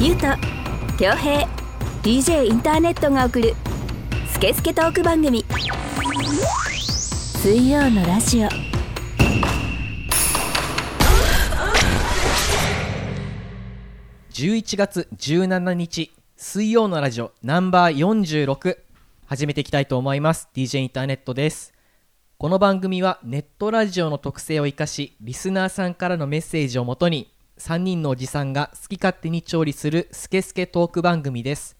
ゆうと恭平 DJ インターネットが送る「スケスケトーク番組」水曜のラジオ11月17日水曜のラジオナンバー46始めていきたいと思います DJ インターネットですこの番組はネットラジオの特性を生かしリスナーさんからのメッセージをもとに3人のおじさんが好き勝手に調理するスケスケトーク番組です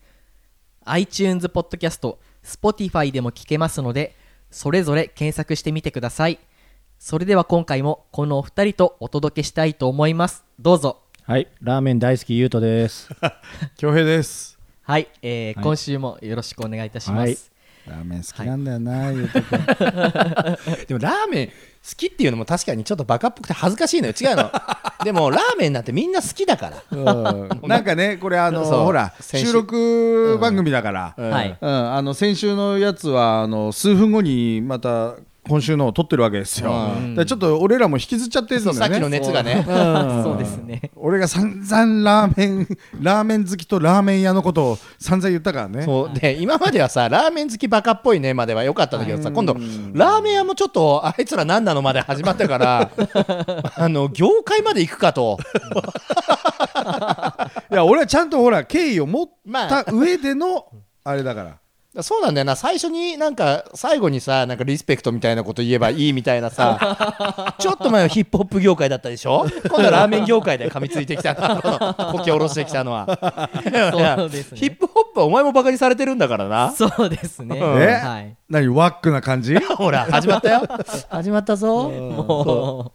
iTunes ポッドキャスト Spotify でも聞けますのでそれぞれ検索してみてくださいそれでは今回もこのお二人とお届けしたいと思いますどうぞはい、ラーメン大好きゆうとです。恭平ですはい、えーはい今週もよろしくお願いいたします、はいラーメン好きなんだよな、ゆう とくんでもラーメン好きっていうのも確かにちょっとバカっぽくて恥ずかしいのよ違うの でもラーメンなんてみんな好きだからうんなんかねこれあの そうほら先週収録番組だから、うんはいあの先週のやつはあの数分後にまた今週のを撮ってるわけですよ、うんだからちょっと俺らも引きずっちゃってるんだそようさねっきの熱がねうんそうですね。俺が散々ラーメンラーメン好きとラーメン屋のことを散々言ったから ねそうで今まではさラーメン好きバカっぽいねまでは良かったんだけどさ今度ラーメン屋もちょっとあいつら何なのまで始まったから あの業界まで行くかといや俺はちゃんとほら敬意を持っまあた上でのあれだからそうなんだよな最初になんか最後にさなんかリスペクトみたいなこと言えばいいみたいなさちょっと前はヒップホップ業界だったでしょ今度はラーメン業界で噛みついてきたな こき下ろしてきたのは そうですねヒップホップはお前もバカにされてるんだからなそうですね。うんえ、はい。何ワックな感じほら始まったよ始まったぞも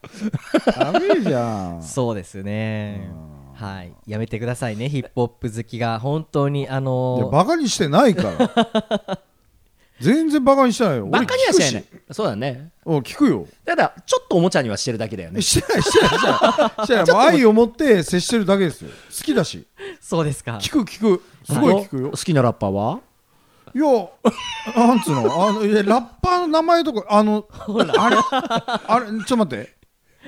ダメじゃんう、そうですね。はい。やめてくださいね、ヒップホップ好きが。本当に、あいやのー、バカにしてないから全然バカにしてないよバカにはしないいそうだねうん聞くよただちょっとおもちゃにはしてるだけだよねしてないしてないし てないしてないもう愛を持って接してるだけですよ好きだしそうですか。聞く聞くすごい聞くよ好きなラッパーはいやなんつうのあのいやラッパーの名前とかあのあれあれちょっと待って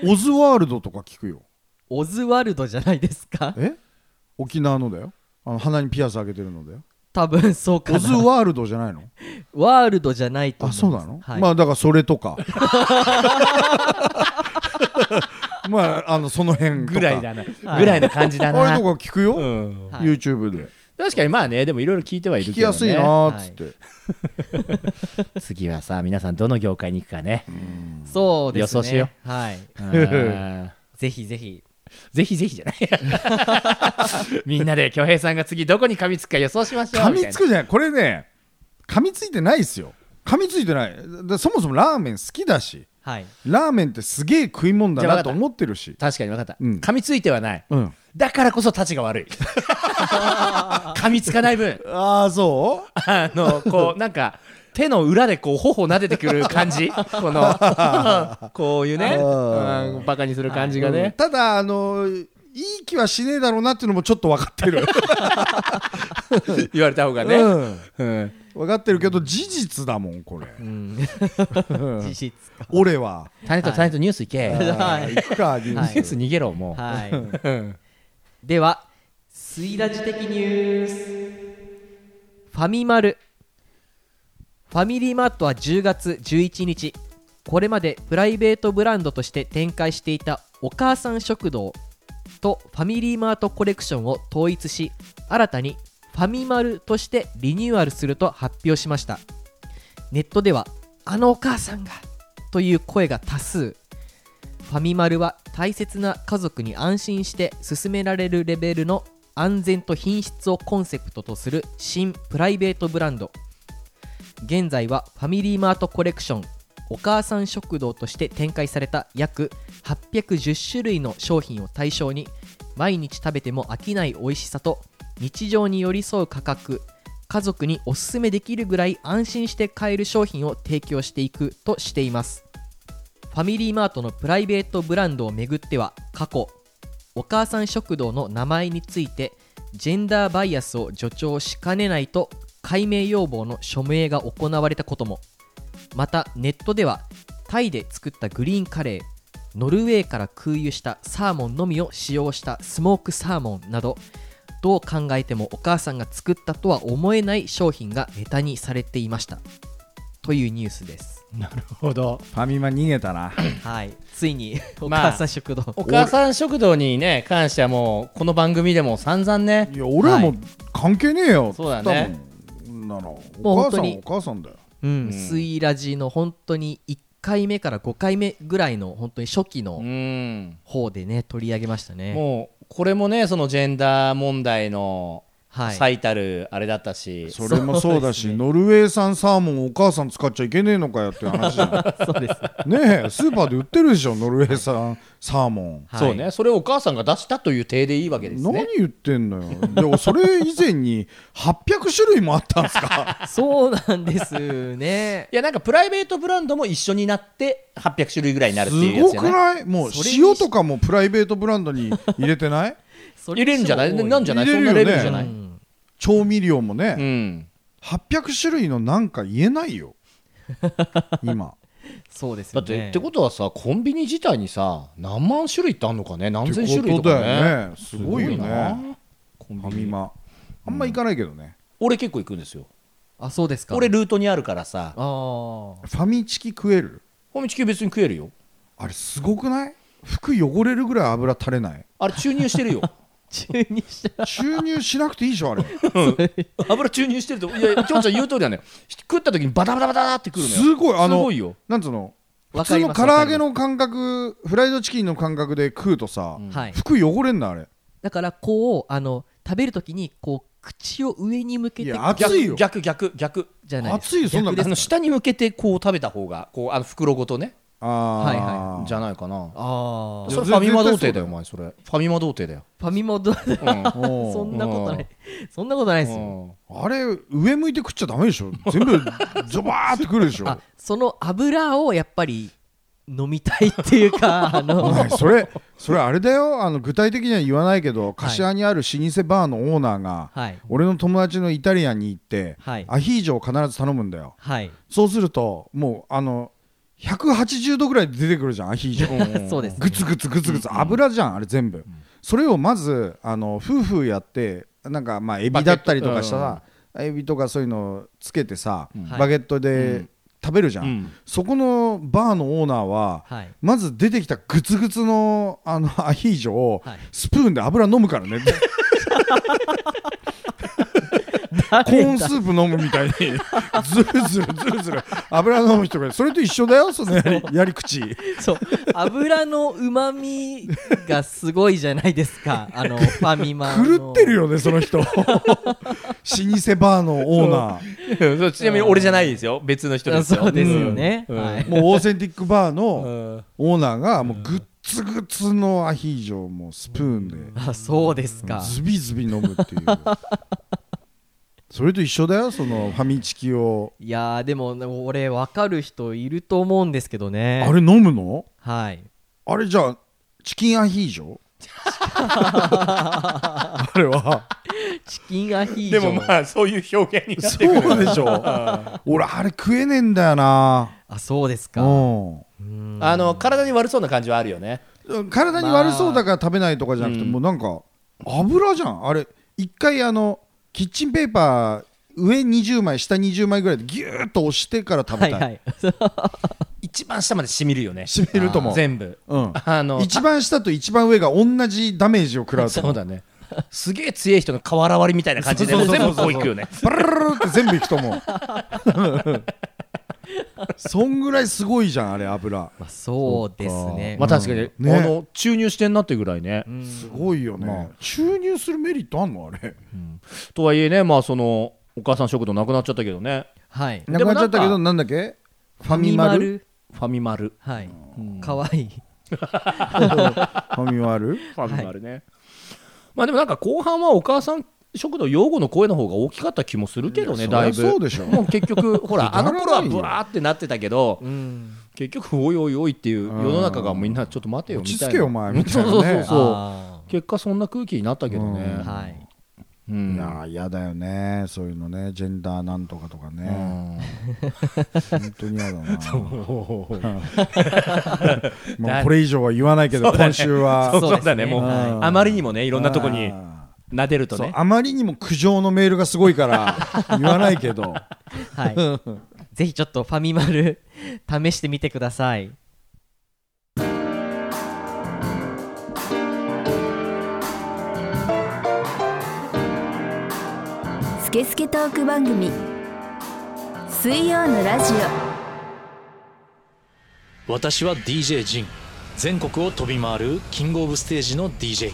オズワールドとか聞くよオズワルドじゃないですかえ沖縄のだよあの鼻にピアス開けてるのだよ多分そうかオズな。ワールドじゃないのワールドじゃないとあ思います。そうなの、はい。まあだからそれとか まああのその辺とかぐらいだなぐはいらいの感じ だあれなとか聞くよ、うんはい YouTube で確かにまあねでもいろいろ聞いてはいるけ聞どきねやすいなーっつって、次はさ皆さんどの業界に行くか ねそうですね。予想しよう。はい。うんぜひぜひ。ぜひぜひじゃない みんなで恭平さんが次どこに噛みつくか予想しましょう噛みつくじゃないこれね噛みついてないですよ噛みついてないだそもそもラーメン好きだしはい。ラーメンってすげえ食い物だじゃあわかなったと思ってるし確かに分かった、うん噛みついてはない、うんだからこそたちが 悪い噛みつかない分ああそあのこ うなんか手の裏でこう頬撫でてくる感じこ のこういうねうんバカにする感じがね、ただあのいい気はしねえだろうなっていうのもちょっと分かってる、言われた方がね、 うん、うん分かってるけど事実だもんこれ、うん。うん実質。俺はタネとタネとニュース行け、はあーい。行くかニュはーいスニュース逃げろもう、はい。うんではスイラジ的ニュースファミマルファミリーマートは10月11日これまでプライベートブランドとして展開していたお母さん食堂とファミリーマートコレクションを統一し新たにファミマルとしてリニューアルすると発表しましたネットではあのお母さんがという声が多数ファミマルは大切な家族に安心して勧められるレベルの安全と品質をコンセプトとする新プライベートブランド現在はファミリーマートコレクションお母さん食堂として展開された約810種類の商品を対象に毎日食べても飽きない美味しさと日常に寄り添う価格家族におすすめできるぐらい安心して買える商品を提供していくとしていますファミリーマートのプライベートブランドをめぐっては過去お母さん食堂の名前についてジェンダーバイアスを助長しかねないと解明要望の署名が行われたこともまたネットではタイで作ったグリーンカレーノルウェーから空輸したサーモンのみを使用したスモークサーモンなどどう考えてもお母さんが作ったとは思えない商品がネタにされていましたというニュースです、ほど。ファミマ逃げたなはい、ついにおまあ母さん食堂、お母さん食堂にね関してはもうこの番組でも散々ねいや俺らも関係ねえよそうだねつったもんなのもうお本母当さんにお母さんだようん、スイラジの本当に1回目から5回目ぐらいの本当に初期うのん方でね取り上げましたねもうこれもねそのジェンダー問題のはい最たるあれだったし、それもそうだしノルウェー産サーモンお母さん使っちゃいけねえのかよっていう話じゃん そうですねえスーパーで売ってるでしょノルウェー産サーモンはいそうねそれをお母さんが出したという体でいいわけです何ね言ってんのよでもそれ以前に800種類もあったんです かそうなんですねいやなんかプライベートブランドも一緒になって800種類ぐらいになるっすていうやつごじゃくないないもうそれに塩とかもプライベートブランドに入れて ないそ入れるんじゃない超多なんじゃない入それんるなレよねベルじゃなうい、ん調味料もね、うん800種類のなんか言えな いよ今そうですだよっねて、ってことはさコンビニ自体にさ何万種類ってあんのかね何千種って類ことかねだよねすごいよすごなねコフンァビミニマあんま行かないけどね、俺結構行くんですよあそうですか俺ルートにあるからさ あーファミチキ食えるファミチキ別に食えるよあれすごくない服汚れるぐらい油垂れないあれ注入してるよ中にし注入しなくていいでしょあれ 油注入してるといやいやきょんちゃん言う通りだね食った時にバタバタバタってくるのよすごいあのすごいよなんつうのわ普か通りのます唐揚げの感覚フライドチキンの感覚で食うとさ、んはい服汚れんなあれだからこうあの食べるときにこう口を上に向けいてや熱いよ逆逆逆逆じゃないです熱いよそんなあの下に向けてこう食べた方がこうあの袋ごとねあはいあ、じゃないかなああそれいフやァミマ童貞絶だよお前それファミマ童貞だよファミマどうおうそんなことないそんなことないですよんあれ上向いて食っちゃダメでしょ全部ジョバーってくるでしょあその油をやっぱり飲みたいっていうかあおの前それそれあれだよあの具体的には言わないけど柏にある老舗バーのオーナーが、はい俺の友達のイタリアンに行って、はいアヒージョを必ず頼むんだよはいそうするともうあの180度ぐらいで出てくるじゃんアヒージョそうですグツグツグツグツ油じゃんあれ全部それをまずあの夫婦やってなんかまあエビだったりとかしたバらエビとかそういうのつけてさはいバゲットで食べるじゃうんんそこのバーのオーナーははいまず出てきたグツグツのあの アヒージョをはいスプーンで油飲むか らねコーンスープ飲むみたいにずるずるずるずる油飲む人がそれと一緒だよそのやりやり口そう油のうまみがすごいじゃないですかあのファミマの狂ってるよねその人老舗バーのオーナそうちなみに俺じゃないですよ別の人あですよそうですよね、うんはいーもうオーセンティックバーうのんオーナーがもうグッツグツのアヒージョをもうスプーンであそうですかズビズビ飲む っていうそれと一緒だよそのファミチキをいやーでも俺分かる人いると思うんですけどねあれ飲むのはいあれじゃあチキンアヒー ジョあれはチキンアヒージでョもまあそういう表現になってくるそうでしょ俺あれ食えねえんだよなあそうですうかんうんあの体に悪そうな感じはあるよね体に悪そうだから食べないとかじゃなくて、まあもうなんか油じゃんあれ一回あのキッチンペーパー上20枚下20枚ぐらいでギューッと押してから食べた、はいいはい一番下までしみるよね染みると思う全部うん、あの 一番下と一番上が同じダメージを食らうとそ思ううだねすげえ強い人の瓦割りみたいな感じでもう全部こういくよねパララララって全部いくと思うそんぐらいすごいじゃんあれ油まあそうですねまあ確かに、ねあの注入してんなってぐらいね、すごいよね、注入するメリットあんのあれとはいえねまあそのお母さん食堂なくなっちゃったけどねはいなくなっちゃったけどなんだっけファミマルファミマルファミマルはいかわいい ファミマルファミマルね、まあでもなんか後半はお母さん食堂擁護の声の方が大きかった気もするけどいねやだいぶそりゃそうでしょもう結 局ほらあの頃はくだらないブよワーってなってたけどうん結局おいおいおいっていう世の中がみんなちょっと待てよみたい落ちな着けよお前みたいなねそうそうそうそうあ結果そんな空気になったけどね、うんーはいうんいやー嫌だよねそういうのねジェンダーなんとかとかうんね、本当に嫌だな もだうこれ以上は言わないけど、そうだね今週はそうそうだね、もう、はいあまりにもね、いろんなとこにあ撫でるーとそうね。あまりにも苦情のメールがすごいから言わないけどはいぜひちょっとファミマル試してみてくださいスケスケトーク番組水曜のラジ私は DJ ジン全国を飛び回るキングオブステージの DJ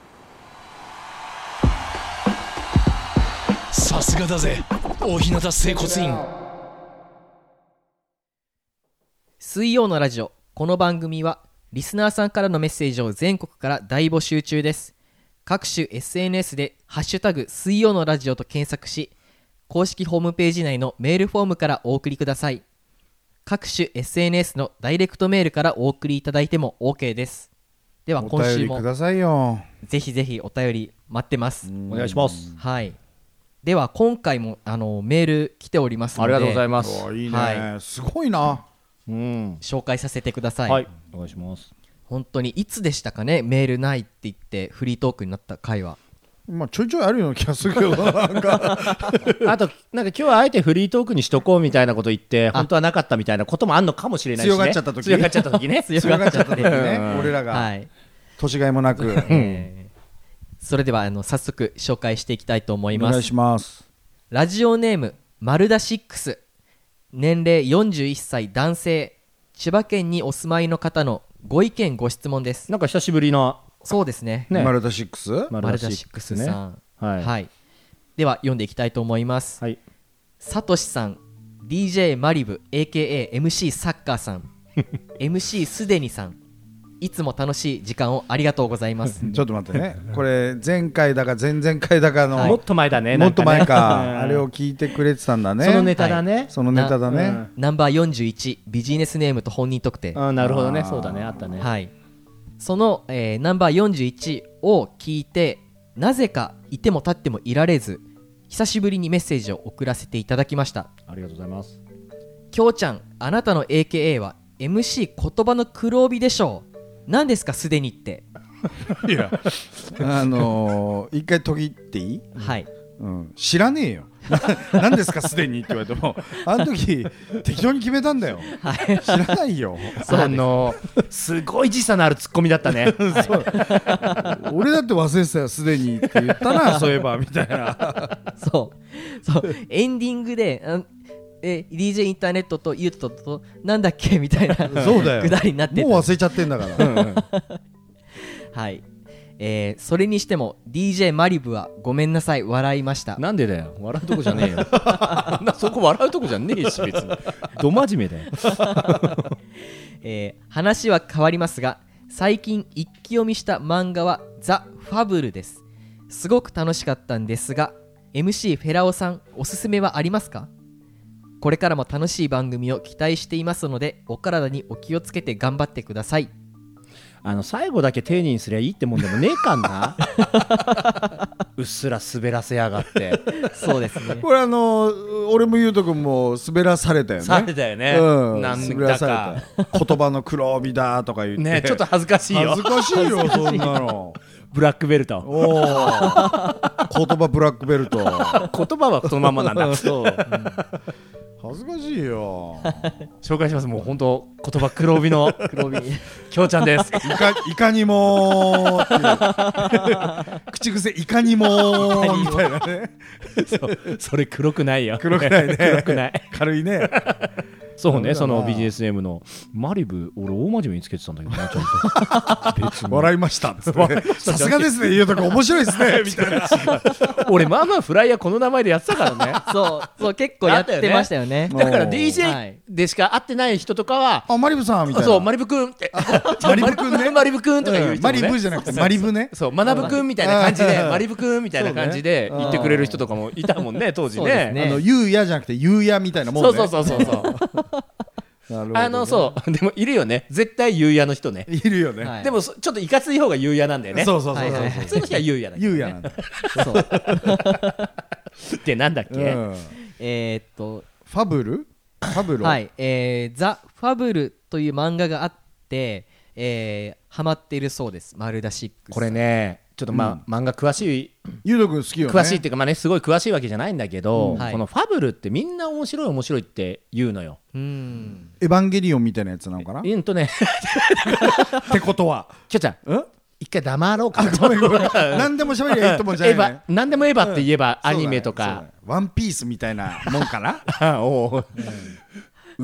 さすがだぜ大日向整骨院水曜のラジオこの番組はリスナーさんからのメッセージを全国から大募集中です各種 SNS で「ハッシュタグ水曜のラジオ」と検索し公式ホームページ内のメールフォームからお送りください各種 SNS のダイレクトメールからお送りいただいても OK ですではお今週便りもくださいよぜひぜひお便り待ってますお願いします。はいでは今回もあのメール来ておりますのあでりがとうございます。おいいね、はすごいなうん紹介させてくださはい、お願いします。本当にいつでしたかねメールないって言ってフリートークになった回はまあちょいちょいあるような気がするけどなんかあと、なんか今日はあえてフリートークにしとこうみたいなこと言って、本当はなかったみたいなこともあんのかもしれないし、ね、強がっちゃった時強がっちゃった時ね。強がっちゃった時ねうん俺らはがい、年がいもなくえーそれではあの早速紹介していきたいと思いおま願すいしますラジオネーム丸田シックス年齢41歳男性千葉県にお住まいの方のご意見ご質問ですなんか久しぶり な、そうですねねマルタシックス丸田シックスさん、はいでは読んでいきたいと思いますはい。サトシさん DJ マリブ AKAMC サッカー さん MC すでにさんいつも楽しい時間をありがとうございますちょっと待ってねこれ前回だか前々回だかの、もっと前だね。もっと前か、なんねあれを聞いてくれてたんだねそのネタだね。そのネタだね、うんナンバー41ビジネスネームと本人特定うん、なるほどね。そうだね。あったね。はいその、えーナンバー41を聞いてなぜかいても立ってもいられず久しぶりにメッセージを送らせていただきましたありがとうございます。きょうちゃんあなたの AKA は MC 言葉の黒帯でしょう何ですかすでにってあのー、一回途切っていい、はいうん、知らねえよ な何ですかすでにって言われてもあの時適当に決めたんだよ知らないよあの、すごい時差のあるツッコミだったね。俺だって忘れてたよすでにって言ったなそういえばみたいな そう。そう。エンディングで、あえ、DJ インターネットとユットと、なんだっけみたいな、 そうだよくだりになってたもう忘れちゃってんだから、はい。えーそれにしても、DJ マリブはごめんなさい、笑いました。 なんでだよ。笑うとこじゃねえよ。 あんなそこ笑うとこじゃねえし、別に。ど真面目だよ。えー話は変わりますが、最近一気読みした漫画は、ザ・ファブルです。すごく楽しかったんですが、MC フェラオさん、おすすめはありますかこれからも楽しい番組を期待していますので、お体にお気をつけて頑張ってください。あの最後だけ丁寧にすりゃいいってもんでもねえかんな うっすら滑らせやがって そうですね。これあのー、俺もゆうとくんも滑らされたよねされたよね、うん、なん滑だらかされた言葉の黒帯だとか言ってねちょっと恥ずかしいよ恥ずかしいよそんなのブラックベルトおお言葉ブラックベルト言葉はそのままなんだそう、恥ずかしいよ紹介しますもう本当言葉黒帯の黒 帯きょうちゃん ですいかいかにもーっていう口癖いかにもーみたいなね そうそれ黒くないよ黒くないね黒くない軽いねそうね、ダそメだなの BGSM のマリブ、俺、大真面目につけてたんだけど な、ちゃんと。別に笑いましたっつってねさすがですねゆうとくん面白いですねみたいな俺、まあまあフライヤーこの名前でやってたから ね。 そうそう結構やってましたよねだからおー DJ はいでしか会ってない人とかは、あマリブさんみたいなそう、マリブくんって、 マリブくん ねマリブくんとか言う人もうねんマリブじゃなくてマリブねそう、学ぶくんみたいな感じで、うんマリブくんみたいな感じで言ってくれる人とかもいたもんね、当時そうですね。ねあのゆうやじゃなくてゆうやみたいなもそんねうそうそうそうそう。うなるほどねあの、そう、でもいるよね。絶対ゆうやの人ね。いるよねはいでも、そちょっといかつい方がゆうやなんだよね。そうそうそうはいはい普通の人はゆうやだけどゆねうやなんだそうってなんだっうけんえーっとファブルファブルはいえーザ・ファブル」という漫画があってえーハマっているそうですマルダシックスこれね、ちょっとまあ、漫画詳しいゆうとくん好きよね詳しいっていうかまあねすごい詳しいわけじゃないんだけど、うんはいこの「ファブル」ってみんな面白い面白いって言うのよ。うんエヴァンゲリオンみたいなやつなのかなうんとねってことはきょ ちゃんん一回黙ろうかな ごめんごめん何でも喋りゃいいってもんじゃエないヴねァ何でもエヴァって言えばアニメとそうだかね、そうだねワンピースみたいなもん かなあお う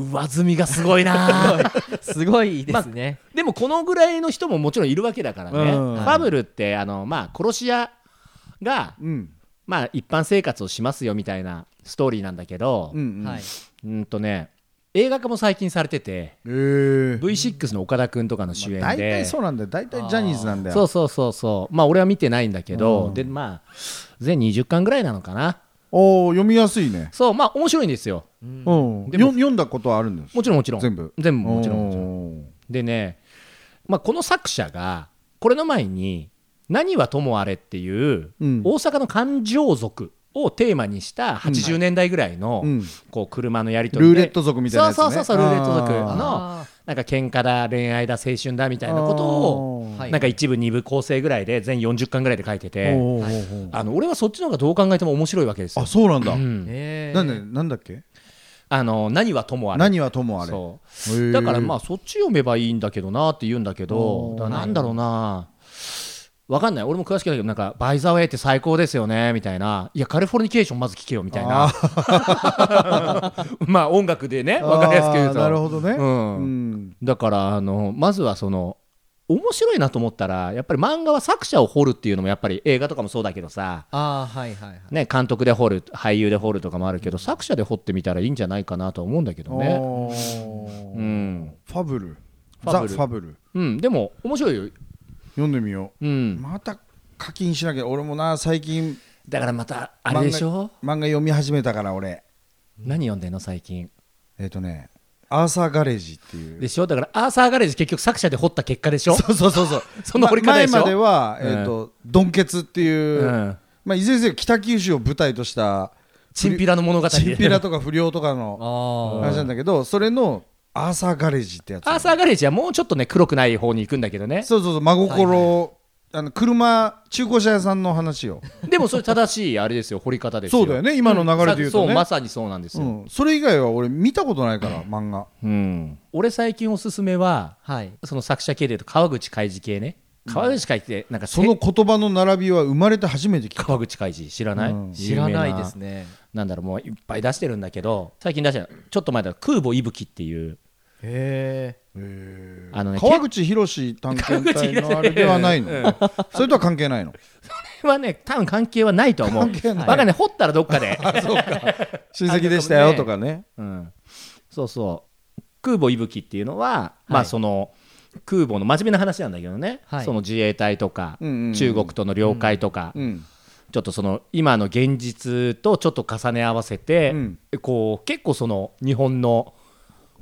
上積みがすごいなすごいですねでもこのぐらいの人ももちろんいるわけだからね、うんファブルってあの、まあ、殺し屋が、うんまあ、一般生活をしますよみたいなストーリーなんだけど、うんうんはいうんとね映画化も最近されててえー V6 の岡田君とかの主演で、大体そうなんだよ大体ジャニーズなんだよそうそうそうそうまあ俺は見てないんだけど、でまあ全20巻ぐらいなのかなおー読みやすいねそうまあ面白いんですようんでもよ読んだことはあるんですもちろんもちろん全部全部もちろんもちろんんでね、まあ、この作者がこれの前に「何はともあれ」っていううん大阪の環状族をテーマにした80年代ぐらいのうんこう車のやり取りルーでレット族みたいなやつねそうそうそうそうルーレット族あーのなんか喧嘩だ恋愛だ青春だみたいなことをあーなんか一部二部構成ぐらいで全40巻ぐらいで書いてておーおーおーあの俺はそっちの方がどう考えても面白いわけですよあ。そうなんだうんえなんでなんだっけあの何はともあれ何はともあれそへうーだからまあそっち読めばいいんだけどなって言うんだけどおーだからなんだろうなわかんない俺も詳しくないけどなんか「バイザーウェイって最高ですよね」みたいな「いやカリフォルニケーションまず聴けよ」みたいな まあ音楽でねわかりやすく言うとあーなるほどねうんうんだからあのまずはその面白いなと思ったらやっぱり漫画は作者を掘るっていうのもやっぱり映画とかもそうだけどさああはいはいはいね、監督で掘る俳優で掘るとかもあるけど作者で掘ってみたらいいんじゃないかなと思うんだけどね、おうーんファブルファザ・ブフルァブルうん、でも面白いよ、読んでみよう、うんまた課金しなきゃ俺もな最近だからまたあれでしょ漫画漫画読み始めたから俺何読んでんの最近えっとねアーサーガレージっていうでしょだからアーサーガレージ結局作者で掘った結果でしょそうそうそうそう そのま掘り方で前しょまでは、うんえっとドンケツっていう、うんまあ、いずれにせよ北九州を舞台としたチンピラの物語チンピラととか不良とかのあ話なんだけどそれのアーサーガレージってやつアーサーガレージはもうちょっとね黒くない方に行くんだけどねそうそうそう真心、あの車中古車屋さんの話をでもそれ正しいあれですよ掘り方ですよそうだよね今の流れで言うとそね、うまさにそうなんですうよ、ん、それ以外は俺見たことないから漫画うん、俺最近おすすめはあはいその作者系で言うと川口海事系ね川口海事ってなんかそそのの言葉の並びは生まれて初めて聞いた川口海事知らない、うん知らないですねなんだろうもういっぱい出してるんだけど最近出してるちょっと前だと空母いぶきっていうへえあのね川口博士探検隊のあれではないの、 それとは関係な いのけはね多分関係はないと思う関係ないバカね掘ったらどっかで、親戚でしたよとかねうん、そうそう空母いぶきっていうのは、まあその空母の真面目な話なんだけどね、はいその自衛隊とか、うんうんうん中国との領海とか、うんちょっとその今の現実とちょっと重ね合わせて、うんこう結構その日本の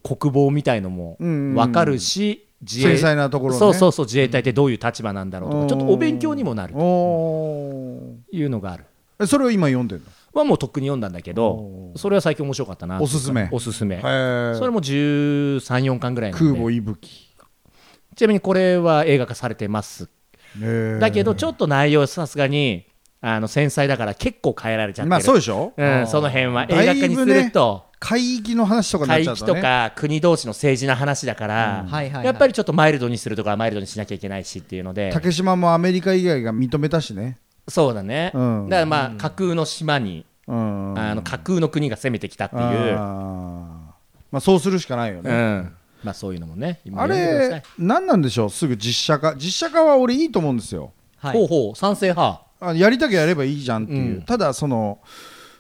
国防みたいのもうんうんうん分かるし、自繊細なところねそうそうそう自衛隊ってどういう立場なんだろうとか、うんちょっとお勉強にもなるとおいうのがあるーそれを今読んでるのはもうとっくに読んだんだけどそれは最近面白かったなおすすめおすすめ、へそれも134巻ぐらいなんで空母いぶきちなみにこれは映画化されてますだけどちょっと内容さすがにあの繊細だから結構変えられちゃってる、まあそうでしょうん、その辺は映だ画いぶ化ねにすると、海域の話とかになっ海ちゃう域ととねか国同士の政治な話だから、んはいはいはいやっぱりちょっとマイルドにするとかマイルドにしなきゃいけないしっていうので竹島もアメリカ以外が認めたしねそうだね、うんだからまあ架空の島に、うんあの架空の国が攻めてきたっていうあーままあ、そうするしかないようね、ん。まあそういうのもね、今あ読んでくださいれ何なんでしょうすぐ実写化実写化は俺いいと思うんですよはいほうほう、賛成派。あやりたきゃやればいいじゃんっていう、うんただその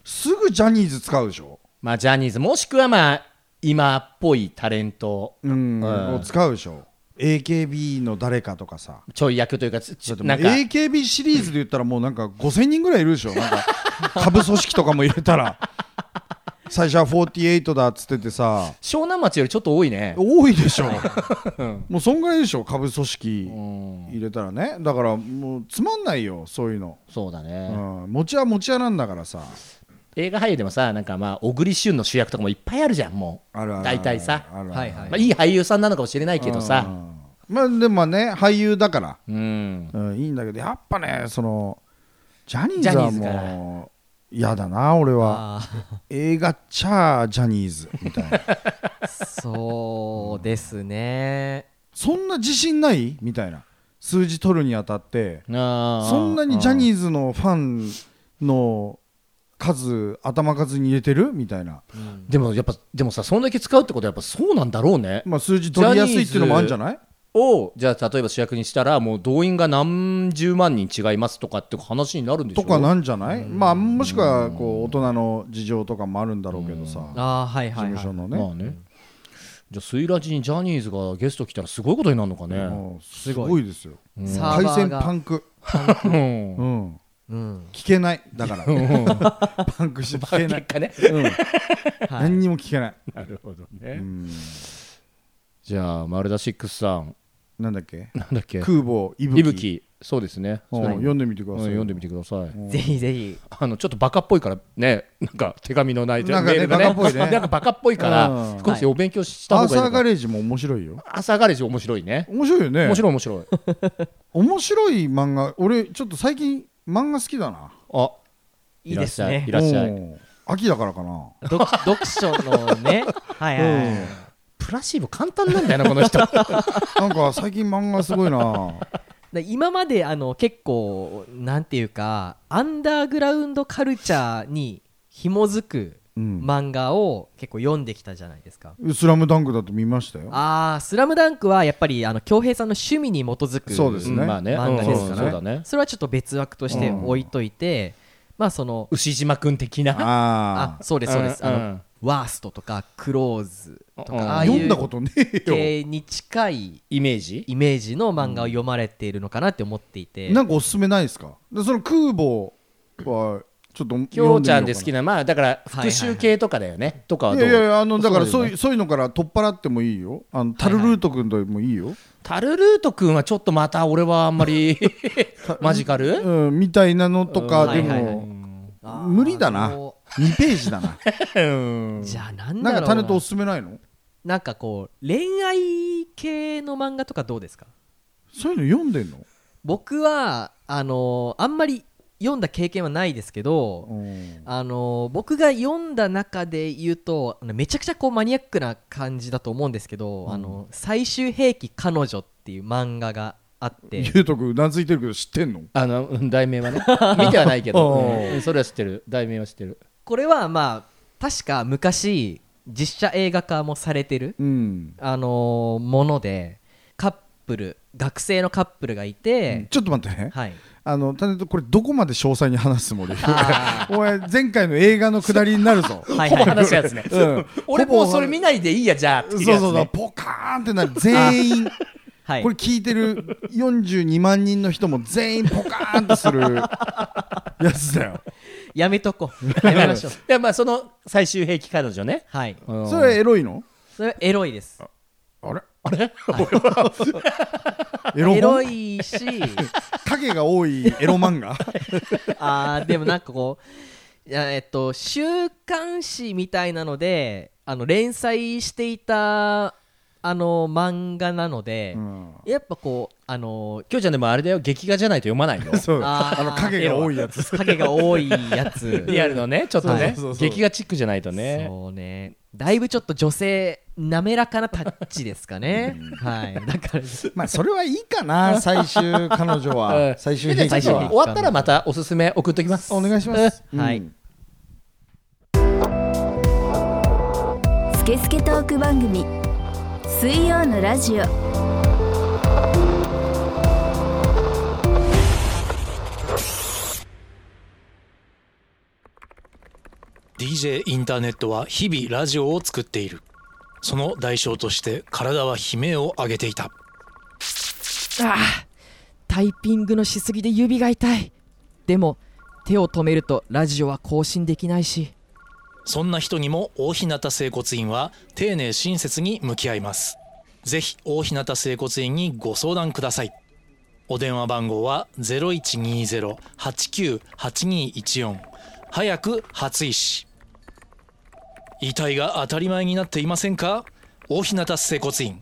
すぐジャニーズ使うでしょ、まあジャニーズ、もしくはまあ、今っぽいタレント、うんうんを使うでしょ AKB の誰かとかさちょい役というか、つだってもうなんか、 AKB シリーズで言ったらもうなんか5000人ぐらいいるでしょなんか下部組織とかも入れたら最初は48だっつっててさ湘南町よりちょっと多いね。多いでしょもうそんぐらいでしょ下部組織うん入れたらねだからもうつまんないよそういうの、そうだうね。ん、持ちは持ち屋なんだからさ映画俳優でもさ、なんかまあ、小栗旬の主役とかもいっぱいあるじゃん、もう。あるある大体さ。あるあるはいはいまあ、いい俳優さんなのかもしれないけどさ。まあでもね俳優だから、うん。うん、いいんだけどやっぱねそのジャニーズはジャニーもう嫌だな俺はあ映画っちゃあジャニーズみたいなーそうですねそんな自信ないみたいな数字取るにあたってそそんなにジャニーズのファンの数頭数に入れてるみたいな、でもやっぱでもさそんだけ使うってことはやっぱそうなんだろうね、まあ、数字取りやすいっていうのもあるんじゃないをじゃあ例えば主役にしたらもう動員が何十万人違いますとかって話になるんでしょとかなんじゃない、まあ、もしくはこう大人の事情とかもあるんだろうけどさ、事ああはいはい務はい所のね,、まあねじゃあスイラジにジャニーズがゲスト来たらすごいことになるのか ねもうすごいですよサー回バー線パがンク、うんうん、うん聞けないだからパンクして聞け結ない、果ねうんはい何にも聞けない、なるほどうねん、じゃあ丸田シックスさんなんだっけなんだっけ空母いぶいきぶきそうですねうんはい読んでみてくうだんさい、読んでみてくださいぜひぜひあのちょっとバカっぽいからね、なんか手紙のないなんかねメールがバカっぽいね なんかバカっぽいから、うん少しお勉強した方アーがいいサのかーガな。レージも面白いよ朝ガレージ面白いね。面白いよね面白い面白い。面白い漫画俺ちょっと最近漫画好きだなあ、いいですねいらっしゃうい。ん秋だからかな読読書のねはいはいはいプラシーボ簡単なんだよ なこの人。なんか最近漫画すごいなだ今まであの結構なんていうかアンダーグラウンドカルチャーに紐づく うん漫画を結構読んできたじゃないですか、スラムダンクだと見ましたよああ「スラムダンクはやっぱりあの恭平さんの趣味に基づくそうですねうんまあね、漫画うんですからねそうだね。それはちょっと別枠として置いといて、まあその牛島くん的な。ああそうですそうです、うんあうのんワーストとかクローズとうんかあああい読んだこうとねえ系に近いイメージ。イメージの漫画を読まれているのかなって思っていて、よなんかおすすめないですかでその空母はちょっときょうちゃんで好きななまあだから復讐系とかだよね。とかはいどうやいやいやあのだからそうそうだよいうそういうのから取っ払ってもいいよあのタルルート君ともいいよ、タルルートくんはちょっとまた俺はあんまりマジカル。うん、みたいなのとかでも、はいはいは無理だなあの2ページだな うんじゃあなんだなんろうかなタルルートおすすめないのなんかこう恋愛系の漫画とかどうですかそういうの読んでんの、僕はあのーあんまり読んだ経験はないですけど、うんあのー僕が読んだ中で言うとあのめちゃくちゃこうマニアックな感じだと思うんですけど「あの最終兵器彼女」っていう漫画があってゆうとくんうなずいてるけど知ってんのあのうん題名はね見てはないけ ど、うんそれは知ってる題名は知ってる これはまあ確か昔実写映画化もされてるうんあのーものでカップル学生のカップルがいて、ちょっと待ってねはいあのタネットこれどこまで詳細に話す つもり お前前回の映画のくだりになるぞはいほぼはい話すやつね、うん 俺もうそれ見ないでいいやじゃあってそういそうやつねそうポカーンってなる 全員はいこれ聞いてる42万人の人も全員ポカーンと するやつだよやめとこ うやめましょういやまあその最終兵器彼女ねはいそれはエロいのそれはエロいですあれエロエ本ロいし影が多いエ ロ漫画あーでもなんかこういやえっと週刊誌みたいなのであの連載していたあの漫画なので、んやっぱこうあのきょうちゃんでもあれだよ劇画じゃないと読まないよ そうああーの影が多いやつ影が多いや つリアルのねちょっとねそうそうそう劇画チックじゃないとねそうねだいぶちょっと女性滑らかなタッチですかねはいだからまあそれはいいかな最終彼 女うはん最終で兵器じゃあちょっとは終わったらまたおすすめ送っときますお願いします、はいうんスケスケトーク番組水曜のラジオ「DJ インターネット」は日々ラジオを作っているその代償として体は悲鳴を上げていたああタイピングのしすぎで指が痛いでも手を止めるとラジオは更新できないしそんな人にも大日向整骨院は丁寧親切に向き合います。ぜひ大日向整骨院にご相談ください。お電話番号は0120-89-8214早く初医師。遺体が当たり前になっていませんか大日向整骨院。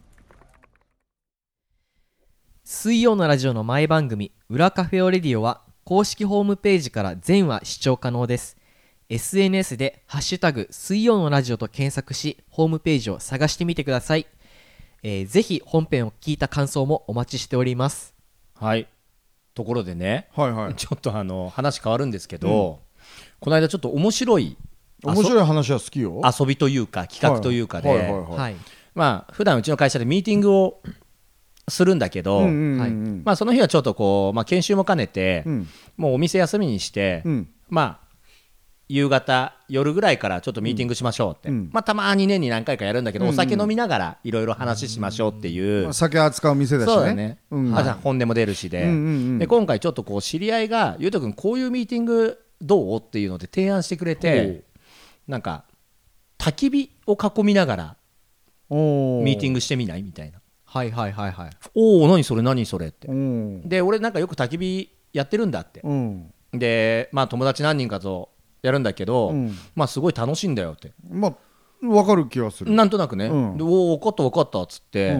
水曜のラジオの前番組「裏カフェオレディオ」は公式ホームページから全話視聴可能です SNS で「ハッシュタグ水曜のラジオ」と検索しホームページを探してみてください、えーぜひ本編を聞いた感想もお待ちしておりますはいところでねはいはいちょっとあの話変わるんですけど、この間ちょっと面白い面白い話は好きよ遊びというか企画というかで、はいはいはいはいまあ普段うちの会社でミーティングをするんだけど、うんうんうんはいまあ、その日はちょっとこう、まあ、研修も兼ねて、うんもうお店休みにして、うんまあ夕方夜ぐらいからちょっとミーティングしましょうって、うんまあ、たまに年に何回かやるんだけど、お酒飲みながらいろいろ話しましょうっていう、まあ酒扱う店だしねそうだね、うんあじゃあ本音も出るしで,、うんうんうんで今回ちょっとこう知り合いがゆうとくんこういうミーティングどうっていうので提案してくれてなんか焚き火を囲みながらおミーティンングしてみないみたいなはいはいはいはいおお何それ何それってグで俺なんかよく焚き火やってるんだってうんでまあ友達何人かとやるんだけど、うんまあすごい楽しいんだよってまあ分かる気はするなんとなくね、うんでおお分かった分かったっつって、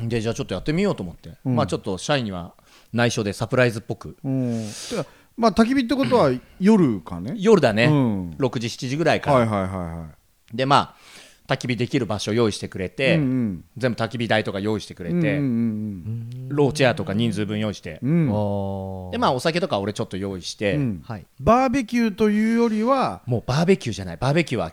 うんでじゃあちょっとやってみようと思って、うんまあちょっと社員には内緒でサプライズっぽくうんてかまあ焚き火ってことは夜かね夜だね、うん6時7時ぐらいから、はいはいはいはでまあ焚き火できる場所用意してくれいて、うんうん全部焚き火台とか用意してくれうんうんて、うんローチェアとか人数分用意して、うんうんおでまあお酒とか俺ちょっと用意して、うんはいバーベキューというよりはもうバーベキューじゃないバーベキューは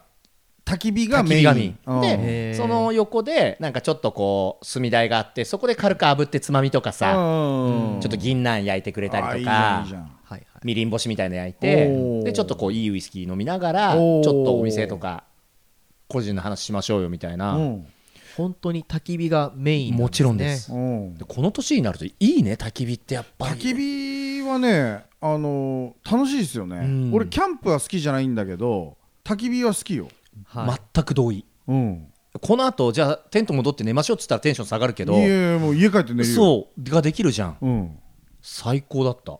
焚き火焚がきメ火インがメインうんへでーその横でなんかちょっとこう炭台があってそこで軽く炙ってつまみとかさ、うんちょっと銀杏焼いてくれたありいいとじゃんかいいじゃんはいはいみりん干しみたいなの焼いておーでちょっとこういいウイスキー飲みながらちょおっーとお店とか個人の話しましょうよみたいな、うん本当に焚き火がメインなんもちろんですねうんでこの年になるといいね焚き火ってやっぱ焚りき火はねあの楽しいですよね、ん俺キャンプは好きじゃないんだけど焚き火は好きよ、はい全く同意うん、このあとじゃあテント戻って寝ましょうっつったらテンション下がるけどいやもう家帰って寝るよそうができるじゃんう、ん、最高だった、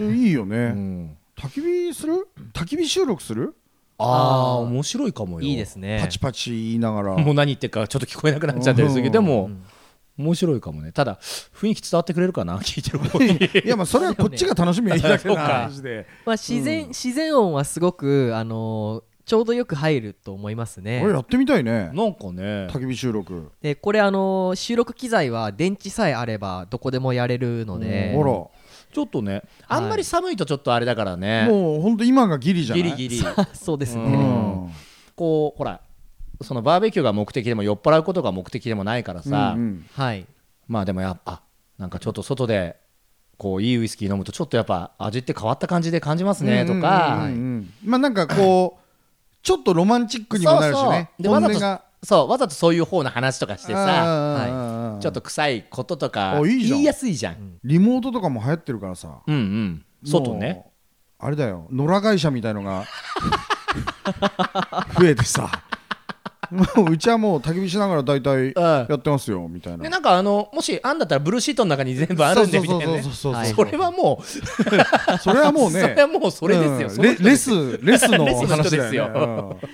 いいよね、うん、焚き火する焚き火収録するああ面白いかもよいいですねパチパチ言いながらもう何言ってるかちょっと聞こえなくなっちゃったりするけどでも面白いかもねただ雰囲気伝わってくれるかな聞いてる方にいやまあそれはこっちが楽しみはいいだけそうなか話で、まあ、自然、自然音はすごく、あのーちょうどよく入ると思いますね俺。やってみたいねなんかね焚き火収録、で、これ、あのー収録機材は電池さえあれば、どこでもやれるので。ほらもちょっとねあんまり寒いとちょっとあれだからね、うほんと今がギリじゃなギリいギリ そうですうね。んこうほらそのバーベキューが目的でも酔っ払うことが目的でもないからさ、うんうんはい。まあでもやっぱなんかちょっと外でこういいウイスキー飲むとちょっとやっぱ味って変わった感じで感じますねとか、うんうんうんうんまあなんかこうちょっとロマンチックにもなるしねそうそうでわざ本音がとそうわざとそういう方の話とかしてさあーちょっと臭いこととかあいいじゃん言いやすいじゃんリモートとかも流行ってるからさうんうん外ねもうあれだよ野良会社みたい のが増えてさもううちはもう焚き火しながら大体やってますよみたいなでなんかあのもしあんだったらブルーシートの中に全部あるんでみたいなねそうそうそうそうそうはいそれはもうそれはもう ねそれはもうそれですようんそのレ人レスレスの レスの人話ですだよよねうん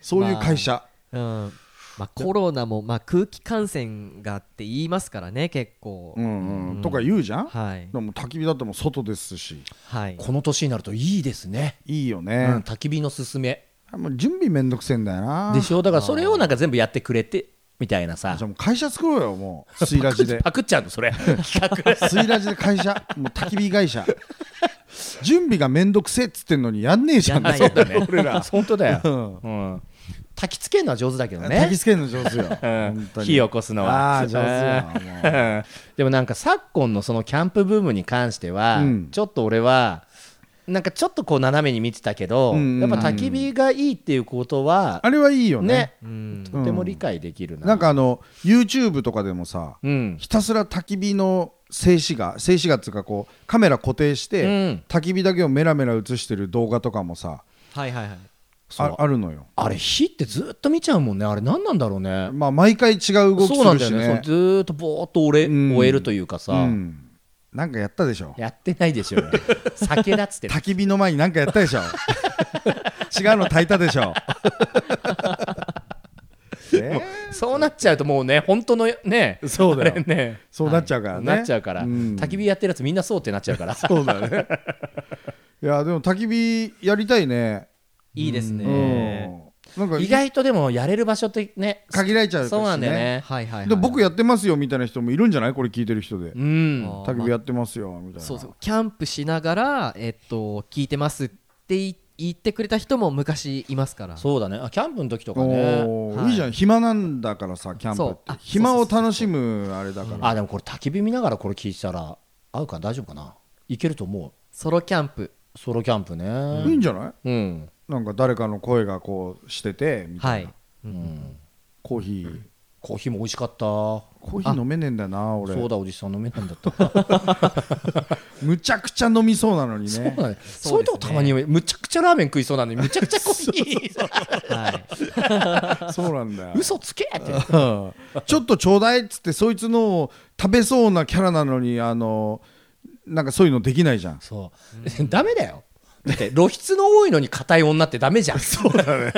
そういう会社うん。まあ、コロナも、まあ、空気感染がって言いますからね、結構。うんうんとか言うじゃんはいで。も焚き火だってもう外ですしはい。この年になるといいですねいいようんね焚き火のすすめもう準備めんどくせえんだよなでしょだからそれをなんか全部やってくれてみたいなさじゃあもう会社作ろうよもう水ラジで パクっちゃうのそれ 企画水ラジで会社もう焚き火会社準備がめんどくせえっつってんのにやんねえじゃん やんないよ そうだね俺ら本当だよ、んうん、焚焚きつけるのは上手だけど焚きねつけるの上手よ本当火に起こすのはあ あ上手だもううんでもなんか昨今のそのキャンプブームに関しては、うんちょっと俺はなんかちょっとこう斜めに見てたけど、うんうんやっぱ焚き火がいいっていうことはあれはいいよねねうんとても理解できるな、なんかあの YouTube とかでもさうんひたすら焚き火の静止画静止画っていうかこうカメラ固定しうて、ん焚き火だけをメラメラ映してる動画とかもさはいはいはいそうああるのよあれ火ってずっと見ちゃうもんねあれ何なんだろうねまあ毎回違う動きそうすなんるだよしねねそうずーっとぼーっと俺、うん終えるというかさ、うんなんかやったでしょやってないでしょ うね酒だっつってる焚き火の前になんかやったでしょ違うの炊いたでしょねそうなっちゃうともうね本当のねそうだよあれねそうなっちゃうからねなっちゃうから、うん焚き火やってるやつみんなそうってなっちゃうからそうだね いやでも焚き火やりたいねいいですねうんなんか意外とでもやれる場所ってね限られちゃうしねそうなんだよねはいはいはいで僕やってますよみたいな人もいるんじゃないこれ聞いてる人でうんあー焚き火やってますよみたいなそうそうキャンプしながらえっと聞いてますってい言ってくれた人も昔いますからそうだねあキャンプの時とかねおーはいいいじゃん暇なんだからさキャンプそっうあて暇を楽しむあれだからあでもこれ焚き火見ながらこれ聞いてたら合うかな大丈夫かないけると思ソロキャンプうソロキャンプねいいんじゃないうん、なんか誰かの声がこうしててみはたいいなコーヒーコーヒーも美味しかったそコーヒー飲めねえんだよな俺うだおじさん飲めないんだったむちゃくちゃ飲みそうなのにねそう,、ね、そういうとこたまにむちゃくちゃラーメン食いそうなのにむちゃくちゃコーヒーはいそうなんだよ嘘つけって ちょっとちょうだいっつってそいつのを食べそうなキャラなのにあのなんかそういうのできないじゃんそう、ダメだよだって露出の多いのに硬い女ってダメじゃんそうだ ね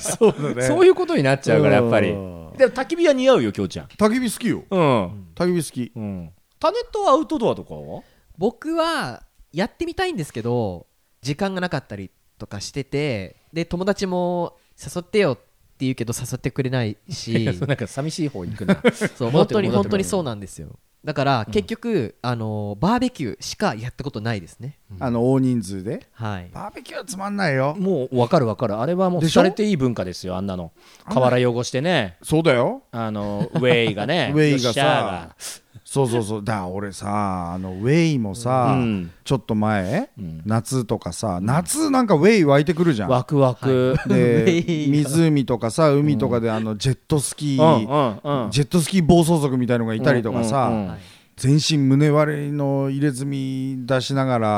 そうだねそういうことになっちゃうからやっぱりでも焚き火は似合うよ京ちゃん焚き火好きようん焚き火好うんタネットはアウトドアとかは僕はやってみたいんですけど時間がなかったりとかしててで友達も誘ってよって言うけど誘ってくれない しなんか寂しい方行くなそう戻本って当こいに戻っ本てこい当にそうなんですよだから結局、あのバーベキューしかやったことないですね、きあの大人数ではいバーベキューはつまんないよ もう分かる分かるあれはもうでしょされていい文化ですよあんなの瓦汚してねそうだよあの ウェイがねウェイがさよっしゃそうそうそうだから俺さあのウェイもさ、うんちょっと前、ん夏とかさ夏なんかウェイ湧いてくるじゃーん、ワクワク、でウェイが湖とかさ海とかであのジェットスキー、うんうんうんジェットスキー暴走族みたいのがいたりとかさ、うんうんうんはい全身胸割れの入れ墨出しながら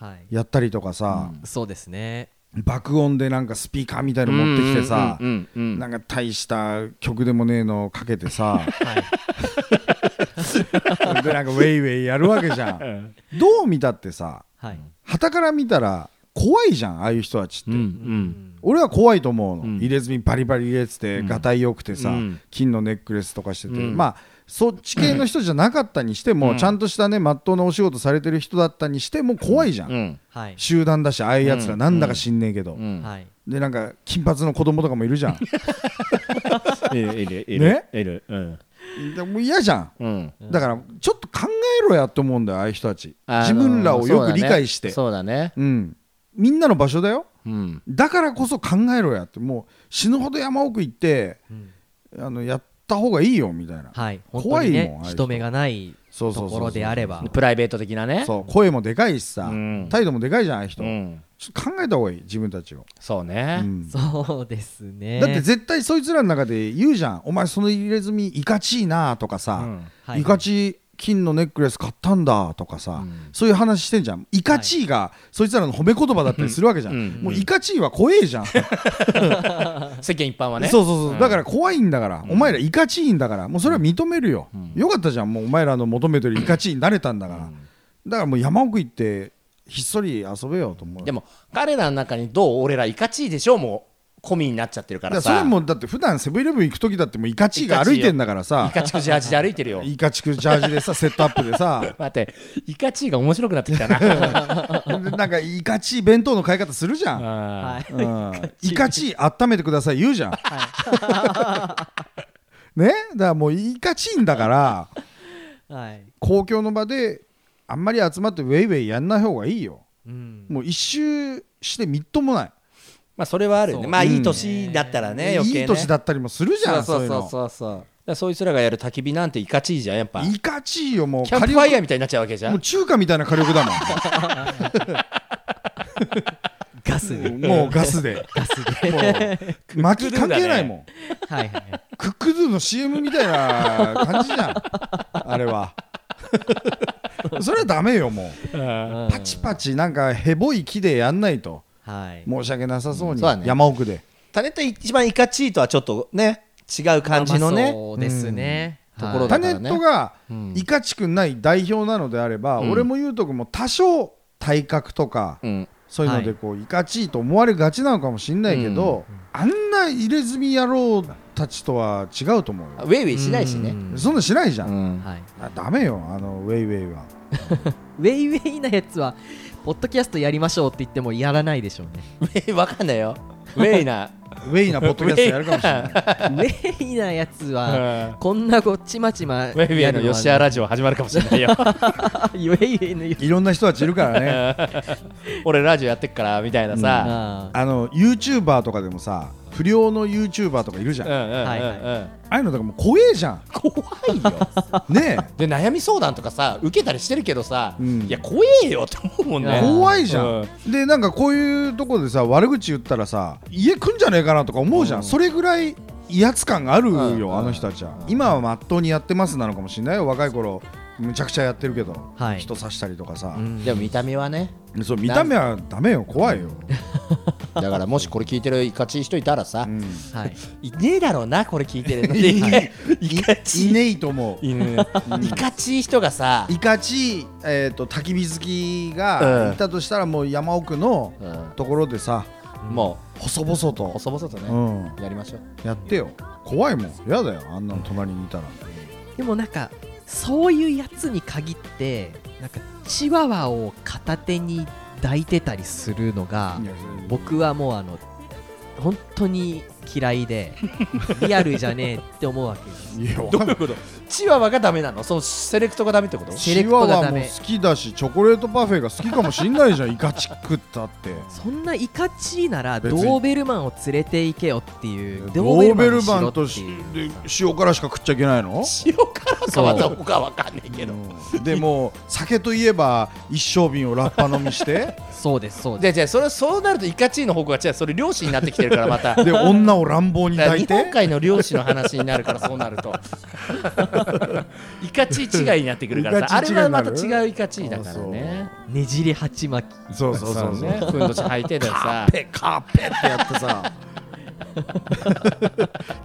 はいやったりとかさ、そうですね爆音でなんかスピーカーみたいの持ってきてさ、うんうんうんなんか大した曲でもねえのかけてさはい でなんかウェイウェイやるわけじゃんどう見たってさはい傍から見たら怖いじゃんああいう人たちって、うんうん俺は怖いと思うの、ん入れ墨バリバリ入れててがたいよくてさ、うん金のネックレスとかしてて、うんまあそっち系の人じゃなかったにしても、うんちゃんとしたねまっとうなお仕事されてる人だったにしても怖いじゃん、うんはい集団だしああいうやつらなんだか知んねえけど、うんはいでなんか金髪の子供とかもい るじゃんいるいるいねるいるうんでもう嫌じゃんうんだからちょっと考えろやって思うんだよああいう人たち自分らをよく理解してそうだねうん、みんなの場所だよそうだねうんだからこそ考えろやってもう死ぬほど山奥行って、あのやった方がいいよみたいな、はい本当怖いにもんねああいう人人目がないそとうそうそうそうころであればプライベート的なねそう声もでかいしさ、うん態度もでかいじゃんああいう人、うんちょっと考えた方がいい自分たちを、そううね んそうですねだって絶対そいつらの中で言うじゃんお前その入れ墨いかちいなとかさ、うんはいいかち金のネックレス買ったんだとかさ、そういう話してんじゃんいかちいがそいつらの褒め言葉だったりするわけじゃん、うんもういかちいは怖えじゃん、世間一般はねそうそうそう、だから怖いんだから、お前らいかちいんだからもうそれは認めるよ、よかったじゃんもうお前らの求めてるいかちいになれたんだから、だからもう山奥行ってひっそり遊べよと思うでも彼らの中にどう俺らイカチいでしょもう込みになっちゃってるかだらからそれさはもうだって普段セブンイレブン行く時だってもういかちいが歩いてんだからイさカチクジャージで歩いてるよいかちくジャージでさセットアップで さ待ってイカチいが面白くなってきたなでなんかいかちい弁当の買い方するじゃんあはいうんイカチー温めてください言うじゃん。 ねだからもうイカチーんだからはい公共の場であんまり集まってウェイウェイやんない方がいいよ。うんもう一周してみっともない。まあそれはあるよねそうまあいい年だったらね余計ねいい年だったりもするじゃんそそうういうそうのそうそうだからそいつらがやる焚き火なんていかちいじゃんやっぱキいかちいよもうャンプファイヤーみたいになっちゃうわけじゃもうん中華みたいな火力だ もんガスでもうガスで。ガスで。もう、巻き関係ないもん。はいはいクックドゥの CM みたいな感じじゃん。あ れは。それはダメよ、もう。パチパチ、なんか、ヘボい木でやんないと。はい申し訳なさそううんにそうだね。山奥で。種と一番いかちいとはちょっとね違う感じのまあまあねそうですねうんはいところタだネットがんいかちくない代表なのであれば、うん俺も言うとくんも多少体格とか、うんそういうのでこういかちいと思われがちなのかもしれないけど、あんな入れ墨野郎たちとは違うと思うよウェイウェイしないしうねんそんなんしないじゃ、うんんはいあダメよあのウェイウェイはウェイウェイなやつはポッドキャストやりましょうって言ってもやらないでしょう ねウェイわかんないよウェイなウェイなポッドキャストやるかもしれないウェイなやつうんウはェこんなごちまちまウイウェイの吉原ラジオ始まるかもしれない よウェイウェイのよいろんな人たちいるからね 俺ラジオやってっからみたいなさああの YouTuber とかでもさ不良の YouTuber とかいるじゃん、うんうあんうんうんはいはいあいうのとかもう怖えじゃん怖いよねで悩み相談とかさ受けたりしてるけどさ、うんいや怖えよって思うもんえねうん怖いじゃん、うでなんかこういうとこでさ悪口言ったらさ家来んじゃねえかなとか思うじゃん、それぐらい威圧感があるよ、うんあの人たちは、今はまっとうにやってますなのかもしれないよ若い頃むちゃくちゃやってるけど、はい人刺したりとかさ、でも見た目はねそう見た目はダメよ怖いよ、だからもしこれ聞いてるいかちい人いたらさ、 うんーはいいねえだろうなこれ聞いてるのいねいかちいねいと思ういねいかちい人がさ、いかちい、えー、と焚き火好きがうんいたとしたらもう山奥のうんところでさも細々うと、細々とうね、ん、やりましょうやってよ怖いもんやだよあんなの隣にいたらでもなんかそういうやつに限ってなんかチワワを片手に抱いてたりするのがいやそれ僕はもうあの本当に嫌いでリアルじゃねえって思うわけですいやわどかうんいないうことチワワがダメなのそのセレクトがダメってことセレシクトワがワダもメ好きだしチョコレートパフェが好きかもしんないじゃんイカチ食ったってそんないかちいならド別にーベルマンを連れて行けよっていうドーベルマンにとししろっていうで塩辛しか食っちゃいけない の塩辛かはどこかわかんないけどでも酒といえば一升瓶をラッパ飲み してそうですそうじでゃあじゃあそれそうなるといかちいの方向は違うそれ漁師になってきてるからまた で女を乱暴にだから抱い日て本海の漁師の話になるからそうなる とイカチ違いになってくるからさあイカチ違れいになはるまた違うイカチだからねすねじり鉢巻きそうそうそうそうねふんどし履いてでさペカーペってやってさ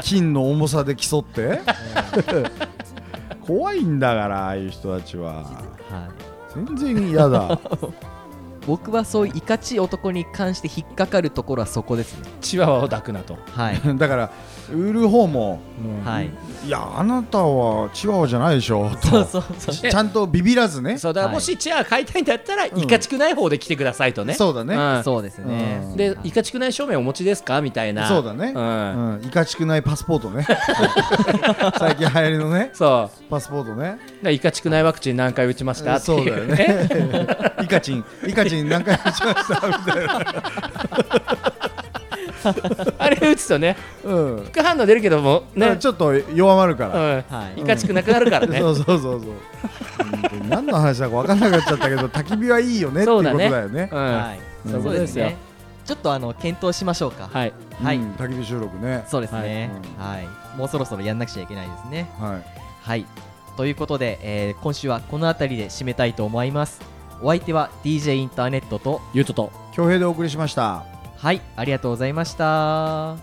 金の重さで競って 怖いんだからああいう人たちははい全然嫌だ 僕はそういういかちい男に関して引っかかるところはそこですねチワワを抱くなとはいだから売る方もはいいやあなたはチワワじゃないでしょそうとそうそうちゃんとビビらずねそうだからもしチワワ買いたいんだったら、イカチくない方で来てくださいとねそうだねんそうですねう。ではイいカチくない正面お持ちですかみたいなそうだねうんうんいかちくないパスポー トね最近流行りのねそうパスポートねだからイカチくないワクチン何回打ちましたってそういだようねイカチンイカチン何回打ちましたみたいな あれ打つとねうん副反応出るけどもだからねちょっと弱まるからうん、いかちくなくなるからねそうそうそうそう。本当に何の話だか分からなくなっちゃったけど、焚き火はいいよねっていそうこうとだねだよね。は、はいい。そういうことですよ。ちょっとあの検討しましょうか。はい。はい、うん焚き火収録ね。そうですね。はい。もうそろそろやんなくちゃいけないですね。はい。はい。ということで、えー今週はこの辺りで締めたいと思います。お相手は DJ インターネットとゆうとと恭平でお送りしました。はいありがとうございました。